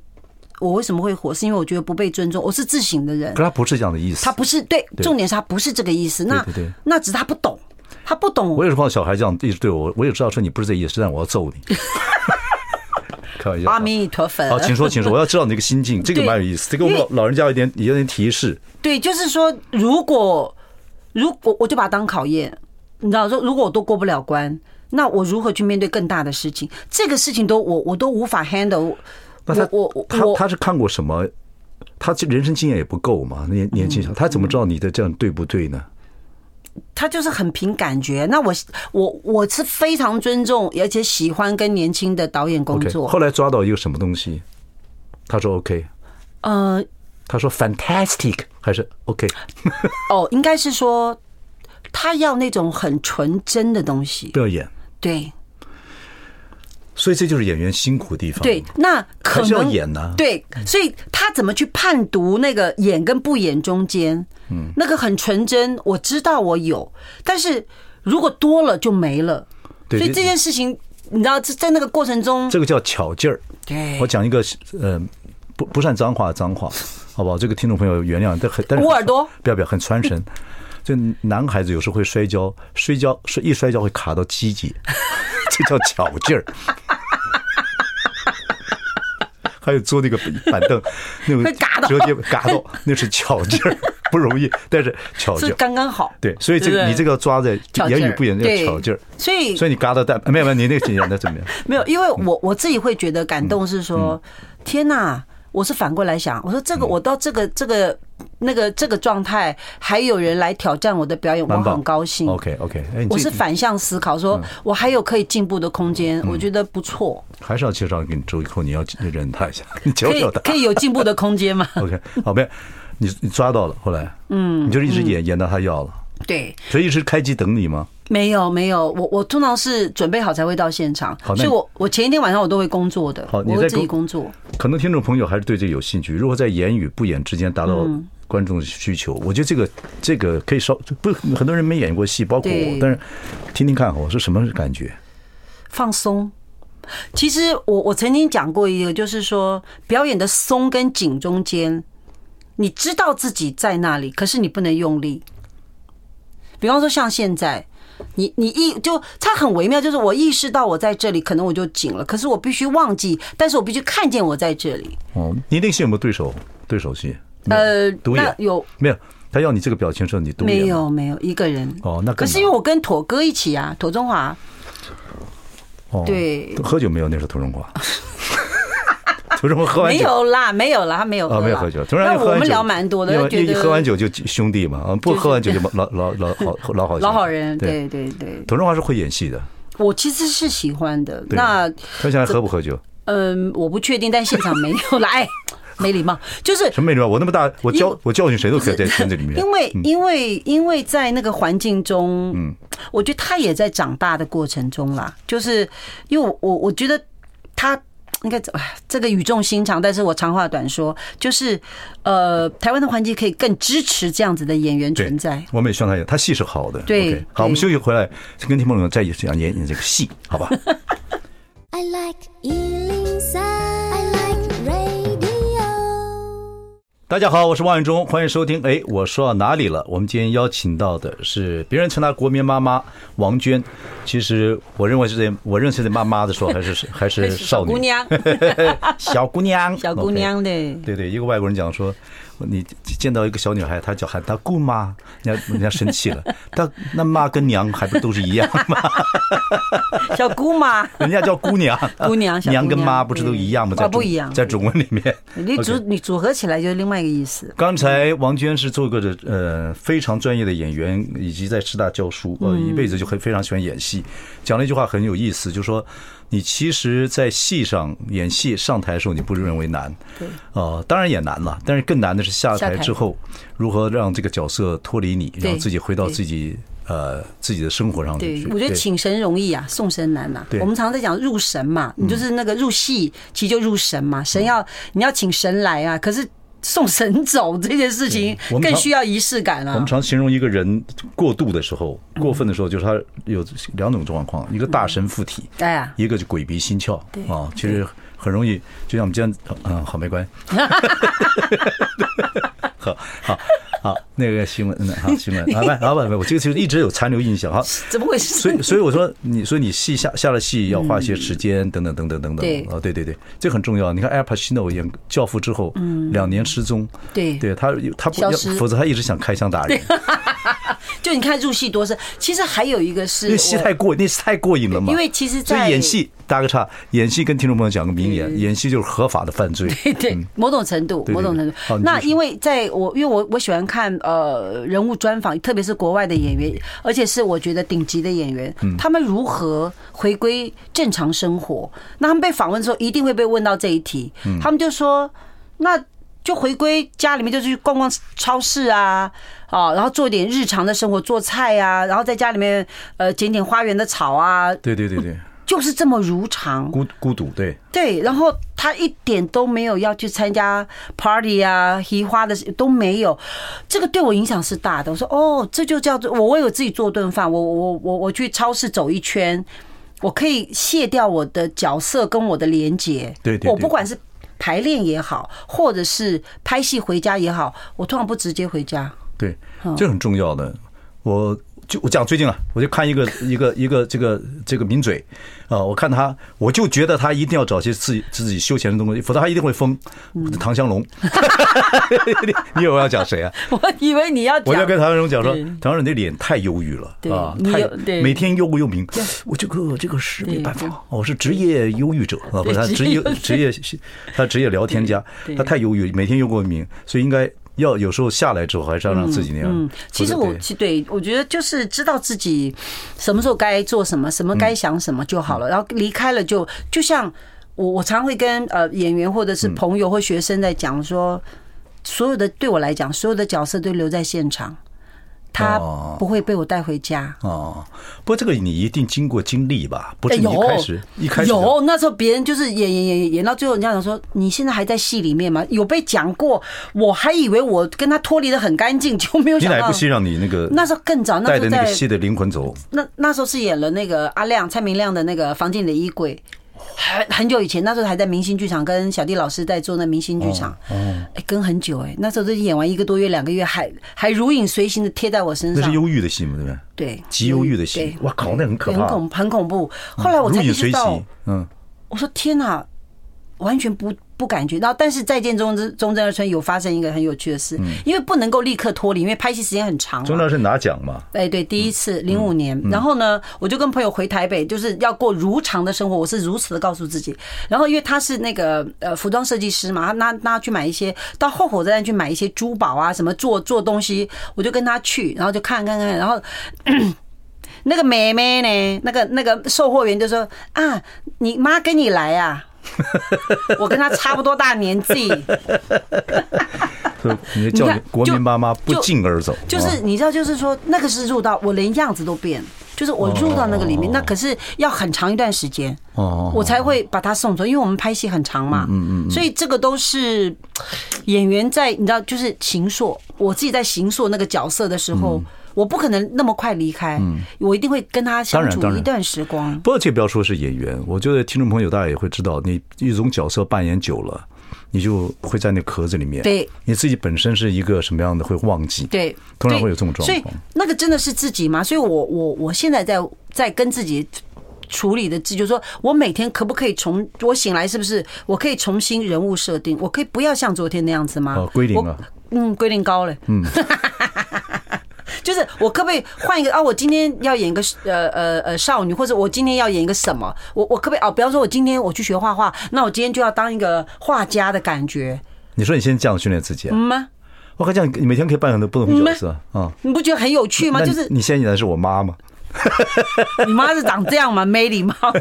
我为什么会火，是因为我觉得不被尊重，我是自省的人
可，他不是这样的意思。
他不是对，
对
重点是他不是这个意思，那
对对对
那只是他不懂，他不懂，
我有时候碰到小孩这样一直对我，我也知道说你不是这意思，但我要揍你。 (laughs) 开玩笑。啊
阿弥陀佛，
好，请说，请说，我要知道你那个心境，这个蛮有意思，这个我们老老人家有点有点提示。
对，就是说，如果如果我就把它当考验，你知道，说如果我都过不了关，那我如何去面对更大的事情？这个事情都我我都无法 handle。
那他
我我
他
我
他是看过什么？他这人生经验也不够嘛，年年
嗯
轻小，他怎么知道你的这样对不对呢？
他就是很凭感觉。那我我我是非常尊重而且喜欢跟年轻的导演工
OK，
作。
后来抓到一个什么东西，他说 OK，
呃，
他说 fantastic 还是 OK，
哦，应该是说他要那种很纯真的东西。
不要演，
对
所以这就是演员辛苦的地方。
对，那可
还是要
能
演呢。
对，所以他怎么去判读那个演跟不演中间，嗯，那个很纯真，我知道我有，但是如果多了就没了，
对
所以
这
这件事情，你知道，在在那个过程中，
这个叫巧劲儿。
对
我讲一个呃，不不算脏话，脏话，好不好？这个听众朋友原谅，但很但是
捂耳朵，
不要不要，很传神。 (laughs) 这男孩子有时候会摔跤，摔跤摔一摔跤会卡到鸡 (laughs) 节，这叫巧劲儿。还有坐那个板凳，那个
会嘎到
折叠嘎到，那是巧劲儿，不容易，但是巧劲
是
儿。
刚刚好，
对，所以这
对
个
不对
你这个抓在
巧劲儿
言语不言要
对
巧劲儿，
所以
所以你嘎到蛋，没有没有，你那个演的怎么样？
没有，因为
嗯
我我自己会觉得感动是说，天哪！我是反过来想，我说这个
嗯
我到这个这个那个这个状态，还有人来挑战我的表演，我
蛮棒
很高兴。
OK OK，哎，你嗯
我
这
是反向思考，说我还有可以进步的空间，我觉得不错，
还是要介绍给你周一蔻，你要忍他一下，你教
可以
教他。
可以有进步的空
(laughs)
间嘛？
OK，好呗，你你抓到了，后来，嗯，你就一直演演到他要了，
对，
所以一直开机等你吗？
没有没有，我我通常是准备好才会到现场，
好
所
那
以我我前一天晚上我都会工作的，
好你
我
在
会自己
工
工作。
可能听众朋友还是对这个有兴趣。如何在言与不演之间达到
嗯
观众的需求，我觉得这个这个可以稍不很多人没演过戏，包括我
对，
但是听听看我是什么感觉？
放松。其实我我曾经讲过一个，就是说表演的松跟紧中间，你知道自己在那里，可是你不能用力。比方说像现在，你你意就它很微妙，就是我意识到我在这里，可能我就紧了，可是我必须忘记，但是我必须看见我在这里。
哦，你那个戏有没有对手对手戏？没有
呃，
独
那
演
有
没有？他要你这个表情的时候，你独演
没
吗？
有没有一个人？
哦那更
可是
难
因为我跟妥哥一起啊，妥中华，
哦
对
喝酒没有？那是涂
(laughs)
荣华，涂荣华喝完
没
酒
有啦，没有啦，他没有
啊，
啦
没有喝酒，突
那
然
我们聊蛮多的，
因为
就觉
一
得
喝完酒就兄弟嘛，啊，不
就是
喝完酒就老老老好老好
老好人，
对，
对对对，
董振华是会演戏的，
我其实是喜欢的。
对
那
他现在喝不喝酒？
嗯，我不确定，但现场没 (laughs) 有来，哎没礼貌，就是
什么没嗯礼貌？我那么大，我
因为
教我教训谁都可以在圈子里面
因。为因为因为在那个环境中，嗯，我觉得他也在长大的过程中啦，就是因为我我我觉得他。应该怎么？哎这个语重心长，但是我长话短说，就是，呃，台湾的环境可以更支持这样子的演员
对
存在。
我们也希望他演，他戏是好的。
对
OK，好，我们
对
休息回来，跟听朋友再讲演演这个戏，好
(laughs)
吧？
I like Ealing Sound. I like radio.
大家好，我是王永忠，欢迎收听。哎，我说到哪里了？我们今天邀请到的是别人称她国民妈妈王娟，其实我认为是这，我认识的妈妈的时候还是还是少
小
女
姑娘，
小姑娘，
小姑
OK (laughs)
娘对。
对对，一个外国人讲说，你见到一个小女孩，她叫喊她姑妈，人家人家生气了， (laughs) 她那妈跟娘还不都是一样吗？ (laughs)
小姑嘛，
人家叫姑娘，
姑娘小姑娘
娘跟妈不是都一样吗？在
哦不
中
一样
在中文里面，
你组你组合起来就是另外一个意思。
刚才王娟是做过的呃非常专业的演员，以及在师大教书，呃，
嗯
一辈子就很非常喜欢演戏。讲了一句话很有意思，就说你其实，在戏上演戏上台的时候，你不认为难，对，呃，当然也难了，但是更难的是下台之后，如何让这个角色脱离你，让自己回到自己呃自己的生活上去
对。，我觉得
对
请神容易啊，送神难呐、
对嗯
我们常常在讲入神嘛，你就是那个入戏，其实就入神嘛。神要你要请神来啊，可是送神走这件事情
我们
更
常
需要仪式感了、啊
我们常形容一个人过度的时候，
嗯
过分的时候，就是他有两种状况，一个大神附体，
哎呀
一个就鬼迷心窍
对
啊，其实很容易，就像我们今天，嗯，好，没关系， (laughs) 好好好，那个新闻，嗯，
(laughs)
好新闻，老板，老板，我这个其实一直有残留印象哈。
怎么回
所
事？
以，所以我说，你所以你戏下下了戏要花些时间，等等等等等等，
对
啊，对对对，这很重要。你看 Al Pacino 演《教父》之后，两年失踪，
嗯对
对他他不要
消，失
否则他一直想开枪打人，
(laughs) 就你看入戏多深，其实还有一个是
那戏
我
太过，那戏太过瘾了嘛。
因为其实
所
在嗯
以演戏搭个岔，演戏跟听众朋友讲个名言，演戏就是合法的犯罪。
(laughs)
嗯
对对，某种程度，
对对
某种程
对
度
好。你
那
继续
因为在我，因为我我喜欢看呃人物专访，特别是国外的演
嗯
员，而且是我觉得顶级的演员，他们如何回归正常生活？那他们被访问的时候，一定会被问到这一题，
嗯
他们就说那。就回归家里面，就去逛逛超市啊，啊，然后做点日常的生活，做菜啊，然后在家里面呃剪剪花园的草啊，
对对
(laughs)
对对，
就是这么如常。
孤孤独对。
对，然后他一点都没有要去参加 party 啊、移花的事都没有，这个对我影响是大的。我说哦，这就叫做我为我自己做顿饭，我我我我去超市走一圈，我可以卸掉我的角色跟我的连接。
对对对
我不管是排练也好，或者是拍戏回家也好，我通常不直接回家。 (laughs)
对，这很重要的。我就我讲最近啊，我就看一个一个一个这个这个名嘴啊、我看他，我就觉得他一定要找些自己自己休闲的东西，否则他一定会疯。
嗯
唐香龙， (laughs) 你以为我要讲谁啊？
我以为你要
我
讲
就跟唐香龙讲说
对，
唐香龙你的脸太忧郁了
对
啊，
你
太
有对
每天忧国忧民。我这个这个是没办
对
法，我是职业忧郁者啊，不
对
是他
职
职
业
业
忧郁
职
(laughs)
业他职业聊天家
对，对
他太忧郁，每天忧国忧民，所以应该要有时候下来之后，还是要让自己那样。
嗯，其实
或者
我
对
其对我觉得就是知道自己什么时候该做什么，什么
嗯
该想什么就好了，然后离开了就就像我我常会跟呃演员或者
嗯
是朋友或学生在讲说，所有的对我来讲，所有的角色都留在现场，他
哦
不会被我带回家。
哦，不过这个你一定经过经历吧？不
哎
是你
有
一开始一开始
有那时候别人就是演演演演演到最后，人家想说你现在还在戏里面吗？有被讲过，我还以为我跟他脱离的很干净，就没有
你
想
哪
到
部戏让你那个
那时候更早，那
带
时
着
候
那
在
个戏的灵魂走？
那那时候是啊演了那个阿亮蔡明亮的那个房间里的衣柜，很很久以前，那时候还在明星剧场跟小弟老师在做那明星剧场，
哦
哎，跟很久哎、那时候都演完一个多月两个月，还还如影随形的贴在我身
那是
上，
忧郁的戏嘛，对不对？
对，
极忧郁的戏
对，
哇靠，那很可
对很
怕，嗯
恐很恐怖。后来我
如
才意
影
识
随
到
形，，嗯，
我说天哪，完全不不感觉到。但是再见中之中正二村有发生一个很有趣的
嗯
事，因为不能够立刻脱离，因为拍戏时间很长嘛，
钟老师拿奖嘛，
哎，对，第一次零五年，然后呢，我就跟朋友回台北，就是要过如常的生活，我是如此的告诉自己。然后因为他是那个呃服装设计师嘛，他那那去买一些到后火车站去买一些珠宝啊，什么做做东西，我就跟他去，然后就看看看，然后。 (clears throat) 那个妹妹呢？那个那个售货员就说啊，你妈跟你来啊， (laughs) 我跟她差不多大年纪，
所以你的教
你看
育国
就
民妈妈不胫而走，
就是
啊
啊你知道，就是说那个是入到我连样子都变，就是我入到那个里面，那可是要很长一段时间，
哦
我才会把它送走，因为我们拍戏很长嘛，嗯嗯，所以这个都是演员在你知道，就是行塑，我自己在行塑那个角色的时
嗯
候，我不可能那么快离开，我一定会跟他相
当然
处
当然
一段时光，
不过这不要说是演员，我觉得听众朋友大家也会知道，你一种角色扮演久了，你就会在那壳子里面，
对，
你自己本身是一个什么样的会忘记，，
对，
通常
对
会有这种状
所以
况。
那个真的是自己吗？所以我我我现在在在跟自己处理的自己，就是说我每天可不可以重我醒来是不是我可以重新人物设定？我可以不要像昨天那样子吗？
哦归零了
我，嗯，归零高了， (laughs) 嗯。就是我可不可以换一个啊？我今天要演一个呃呃呃少女，或者我今天要演一个什么？我我可不可以哦？比方说，我今天我去学画画，那我今天就要当一个画家的感觉，
你说你先这样训练自己啊
嗯？吗？
我看这样，你每天可以扮演很多不同角色啊。
你不觉得很有趣吗？
那
就是
你现在是我妈妈，
你妈是长这样吗？没礼貌，
(laughs)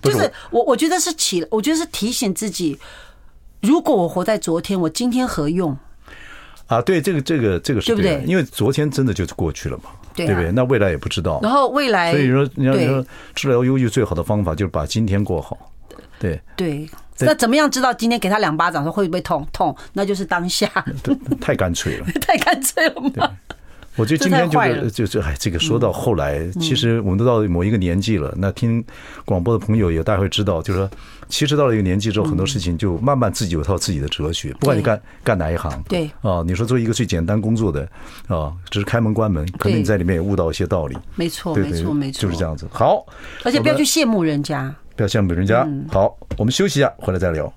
不
就是是我，我觉得是起，我觉得是提醒自己，如果我活在昨天，我今天何用？
啊，对，这个这个这个是
对不
对的，
对
因为昨天真的就是过去了嘛，
对啊
不对？那未来也不知道，
然后未来，
所以说，你要
对
说治疗忧郁最好的方法就是把今天过好，对，
对，那怎么样知道今天给他两巴掌说会不会痛？痛，那就是当下 (laughs)
(laughs) 太干脆了。
太干脆了吗？
我觉得
这
今
太
天就
坏
是
了嗯
就是哎，这个说到后来，其实我们都到某一个年纪了。那听广播的朋友也大概会知道，就是说，其实到了一个年纪之后，很多事情就慢慢自己有套自己的哲学。不管你
对
干干哪一行，
对
啊，你说做一个最简单工作的啊，只是开门关门，可能你在里面也悟到一些道理。
没错，
对
没
对，
错，没错，
就是这。样子。好，
而且不要
我
去
们
羡慕人家。
不要羡慕人家。
嗯
好，我们休息一下，回来再聊。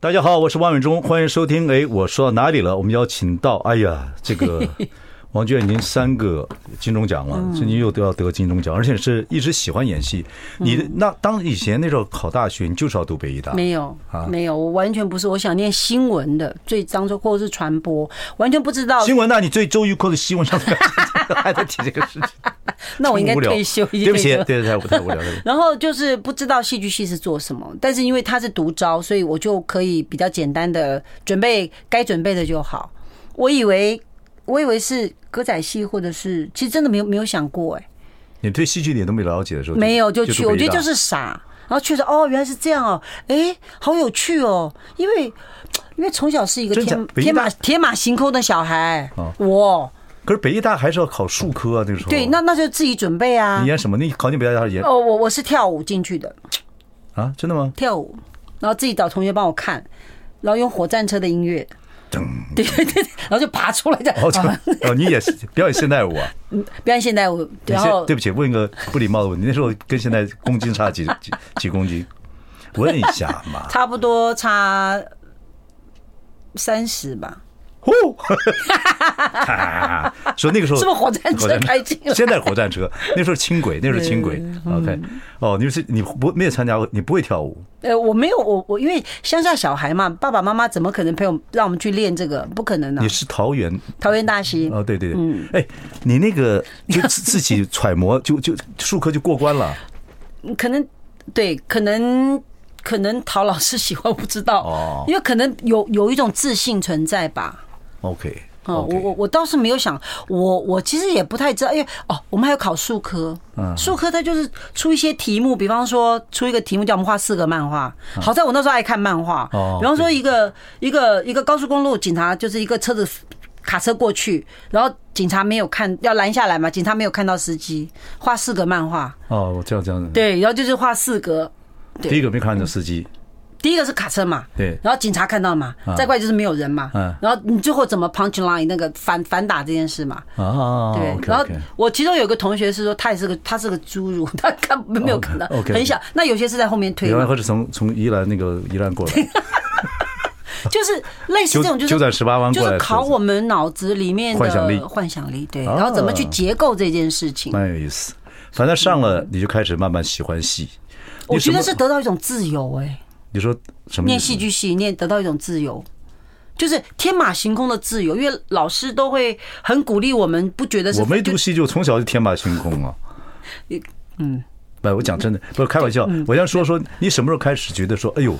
大家好，我是万伟忠，欢迎收听。哎，我说到哪里了？我们邀请到，哎呀，这
(laughs)
个王娟已经三个金钟奖了，
嗯
最近又都要得金钟奖，而且是一直喜欢演戏。
嗯
你的那当以前那时候考大学，你就是要读北医大，
没有
啊，
没有，我完全不是。我想念新闻的，最当做或者是传播，完全不知道。
新闻那你对周玉蔻的新闻上 (laughs) 还在提这个事情，
那我应该
无聊
退休，已经
对不起
退休，
对，太太无聊了。
然后就是不知道戏剧系是做什么，但是因为他是独招，所以我就可以比较简单的准备该准备的就好。我以为我以为是歌仔戏，或者是其实真的没有没有想过哎、
你对戏剧一点都没了解的时候，
没有就去，
读
我
北
觉
医
得
大
就是傻，然后确实哦原来是这样哦，哎好有趣哦，因为因为从小是一个
真假
天
北医
天马
大
天马行空的小孩
哦，
我
可是北医大还是要考数科啊，那个时候。
对那那就自己准备啊
你。演什么？你考进北医大演
哦，我我是跳舞进去的，
啊？真的吗？
跳舞，然后自己找同学帮我看，然后用火战车的音乐，对对对，然后就爬出来的，
哦，这
啊
(laughs) 哦，你也是表演现代舞
(laughs)
啊？
表演现代舞，
你
然
现
后
对不起，问一个不礼貌的问题，那时候跟现在公斤差几几几公斤？问一下嘛。
差不多差三十吧，
哦，啊 (laughs) 说那个时候
是不是火战车开进来嗯
现在火战车，那时候轻轨，那时候轻轨。OK，哦，你是你不没有参加过，你不会跳舞，
呃，我没有，我我因为乡下小孩嘛，爸爸妈妈怎么可能陪我让我们去练这个？不可能啊
你！是桃园
桃园大溪，
哦，对对对，
嗯
哎，你那个就自 (laughs) 自己揣摩，就就数科就过关了。
可能对，可能可能陶老师喜欢，我不知道，
哦
因为可能有有一种自信存在吧。
OK，
哦，
OK
我我我倒是没有想，我我其实也不太知道，因为哦，我们还有考数科，
嗯
数科它就是出一些题目，比方说出一个题目叫我们画四个漫画，好在我那时候爱看漫画
嗯哦，
比方说一个一个一个高速公路警察就是一个车子卡车过去，然后警察没有看要拦下来嘛，警察没有看到司机，画四个漫画，
哦，我知道这样子。
对，然后就是画四格，对
第一个没看到司机，
第一个是卡车嘛，
对
然后警察看到嘛，再过来就是没有人嘛
嗯，
然后你最后怎么 punch line 那个反反打这件事嘛，
啊，
对
OK，OK
然后我其中有个同学是说，他也是个，他是个侏儒， (laughs) 他看没有看到，
哦 OK，OK
很小。那有些是在后面推
原来
嘛，
他是从从宜兰那个宜兰过来，
就是类似这种，
九
就是
九转十八弯过
就
来
是考我们脑子里面的
幻想力
幻想力对，
啊
然后怎么去结构这件事
(laughs)
情，
蛮有意思。反正上了你就开始慢慢喜欢戏，
嗯我
你
觉
什
得
么
是得到一种自由哎，
你说什么意
念
思
戏剧系念得到一种自由。就是天马行空的自由，因为老师都会很鼓励我们，不觉得是
我没
就
读戏就从小就天马行空啊。
你嗯
不，我讲真的，不是开玩笑。我想说说，你什么时候开始觉得说，哎呦，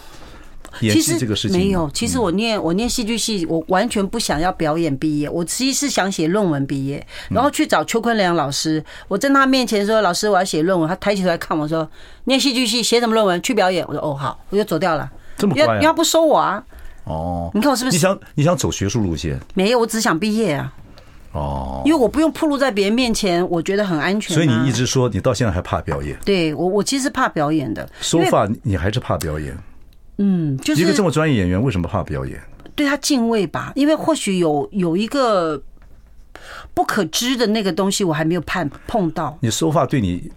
演
其
戏
实
这个事情嗯
没有，其实我念我念戏剧系，我完全不想要表演毕业，我其实是想写论文毕业，
嗯
然后去找邱坤良老师，我在他面前说老师我要写论文，他抬起头来看我说念戏剧系写什么论文？去表演，我说哦好，我就走掉了。
这么
因
快
为
啊
因为他不收我啊，
哦。
你看我是不
你
是
想你想走学术路线
没有？我只想毕业啊，
哦，
因为我不用暴露在别人面前，我觉得很安全啊。
所以你一直说你到现在还怕表演
对我我其实怕表演的，
，so far 你还是怕表演。
嗯，就是
一个这么专业演员为什么怕表演？
对他敬畏吧，因为或许有有一个不可知的那个东西，我还没有碰碰到。
你说话对你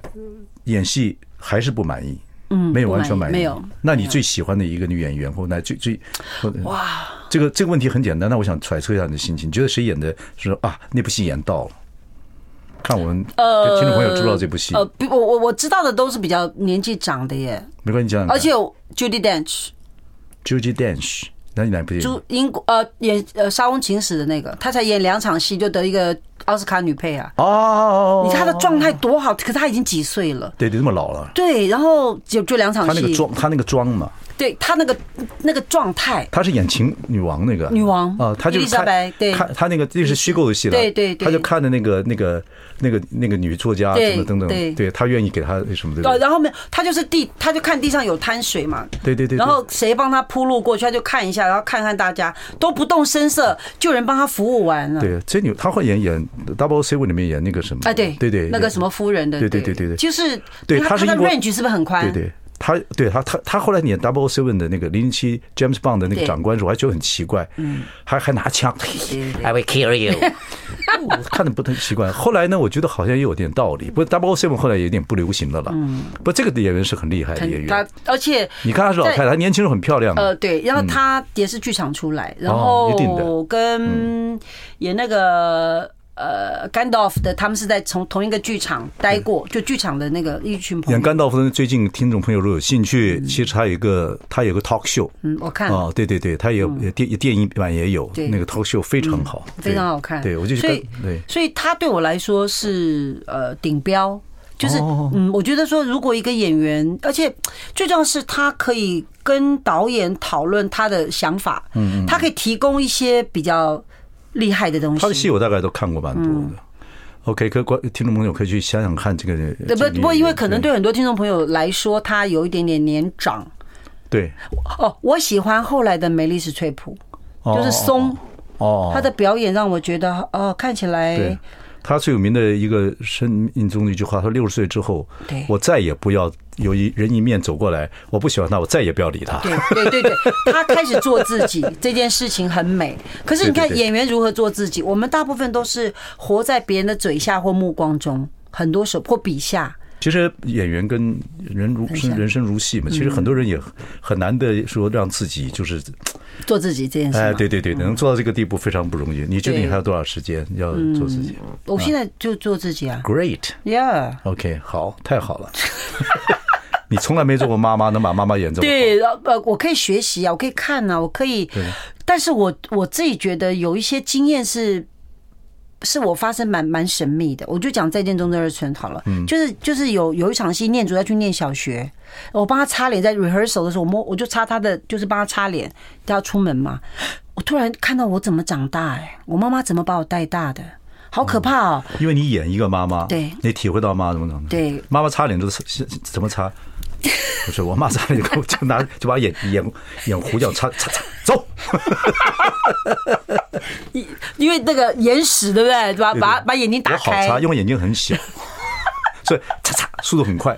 演戏还是不满意？嗯，没有完全满意，
不满意没有。
那你最喜欢的一个女演员，或那最最哇，这个这个问题很简单，那我想揣测一下你的心情，你觉得谁演的说啊那部戏演到了？看我们
呃，
听众朋友知不知道这部戏？
呃，不我我我知道的都是比较年纪长的耶，
没关系，讲讲看。
而且 Judy Dench
Judy Dench，那你哪部演？
朱英国呃演呃《沙翁情史》的那个，她才演两场戏就得一个奥斯卡女配啊！
哦，
你看她的状态多好，可她已经几岁了。
对对，这么老了，
对，然后就就两场
他那个
戏，
妆，他那个妆嘛，
对他那个那个状态，
她是演情女王那个
女王
啊，她就是
伊丽莎白
看
对
看她那个这是虚构的戏了，
对对对
她就看的那个那个那个那个女作家
对
什么等等，
对
对她愿意给她什么
呃，
的，
然后没有，他就是地，他就看地上有滩水嘛，
对对对，
然后谁帮他铺路过去，他就看一下，然后看看大家都不动声色，就有人帮他服务完了。
对这女她会演演 Double Seven 里面演那个什么，
哎，对
对对
那个什么夫人的，
对对对对对
就是
对
他
他是
的
英国
range 是不是很宽？
对对，他对他他他后来演 Double Seven 的那个零零七 James Bond 的那个
对
长官的时候，我还觉得很奇怪，嗯，还还拿枪，
对对
I will kill you.
我看的不太奇怪。 (laughs) 后来呢，我觉得好像也有点道理。不过 Double Seven 后来有点不流行了啦，嗯，不，这个演员是很厉害的演
很他
员。
而且
你看她是老太太，她年轻时候很漂亮的，
呃对，然后他也是剧场出来，
嗯
然
哦一定的嗯
后跟演那个。呃，Gandalf 的他们是在从同一个剧场待过，就剧场的那个一群朋
演
友。
甘道夫的最近听众朋友如果有兴趣，其实他有一个他有个 talk show
嗯，我看了
啊，对对对，他有也电电影版也有
对嗯
那个 talk show 非常好，对
非常好看。
对我就去
所
看
以，
对，
所以他对我来说是呃顶标，就是
哦
嗯，我觉得说如果一个演员，而且最重要是他可以跟导演讨论他的想法，嗯，他可以提供一些比较厉害的东
他的戏
西。
我大概都看过蛮多的。OK，可观听众朋友可以去想想看这个。
嗯对
这个
不？不过因为可能
对
对很多听众朋友来说，他有一点点年长
对，
哦。我喜欢后来的梅丽史翠普，就是松，
哦，
她的表演让我觉得哦，看起
对
来。
他最有名的一个生命中的一句话，他六十岁之后
对，
我再也不要有一人一面走过来，我不喜欢他，我再也不要理他。
对对对对，他开始做自己这件事情很美。可是你
对
看
对对
演员如何做自己，我们大部分都是活在别人的嘴下或目光中，很多时候或笔下。
其实演员跟人如
像嗯
人生如戏嘛，其实很多人也很难的说让自己就是，
做自己这件事嘛，
哎，对对对，能做到这个地步非常不容易。你觉得你
嗯对嗯
还有多少时间要做自己
我现在就做自己啊
？Great。
，Yeah。
OK，好，太好了。 (laughs) 你从来没做过妈妈，能把妈妈演这么好
对，然后呃，我可以学习啊，我可以看啊，我可以，但是我我自己觉得有一些经验是。是我发生蛮蛮神秘的，我就讲《再见中的二春》好了，
嗯
就是就是有有一场戏，念祖要去念小学，我帮他擦脸，在 rehearsal 的时候，我摸我就擦他的，就是帮他擦脸，他要出门嘛，我突然看到我怎么长大、哎，我妈妈怎么把我带大的，好可怕哦、
因为你演一个妈妈，
对
你体会到妈怎么怎么，
对
妈妈擦脸都是是是怎么擦？不是我妈擦脸就就拿就把眼眼眼糊掉擦擦擦，走，
因为那个眼屎，对不对？把把把眼睛
我
打
好
开，
擦，因为我眼睛很小， (laughs) 所以擦擦速度很快，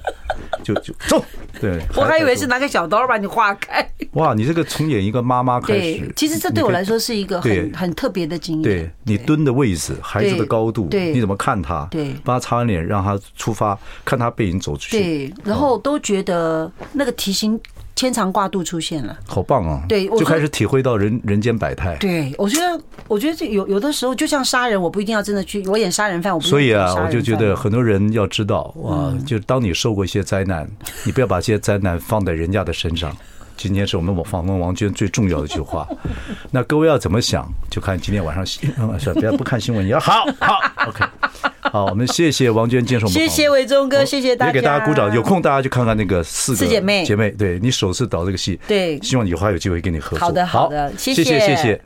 就就走。对，
我还以为
孩
是
子
拿个小刀把你划开。
哇，你这个从演一个妈妈开
对
始，，
其实这对我来说是一个
对
很很特别的经验。
对你蹲的位置、孩子的
对
高度，
对
你怎么看他？
对
帮他擦完脸，让他出发，看他背影走出去。
对，然后都觉得那个题型牵肠挂肚出现了。
好棒啊！
对我
就
说
开始体会到人人间百态。
对，我觉得，我觉得这有有的时候，就像杀人，我不一定要真的去，我演杀人犯，我不一定
所以
要
啊，
杀人嗯
我
犯
就觉得很多人要知道啊，就当你受过一些灾难，你不要把这些灾难放在人家的身上。今天是我们访问王娟最重要的一句
(laughs)
话。那各位要怎么想，就看今天晚上新，嗯是吧不要不看新闻也要好好 OK。好，我们谢谢王娟接受我们的
谢
访问。
谢伟忠哥，
我
谢哦谢大家，
也给大家鼓
(laughs)
掌。有空大家去看看那个四个
四姐妹
姐妹，对你首次导这个戏，
对
希望以后还有机会跟你合作。
好的好的谢
谢谢
谢
谢。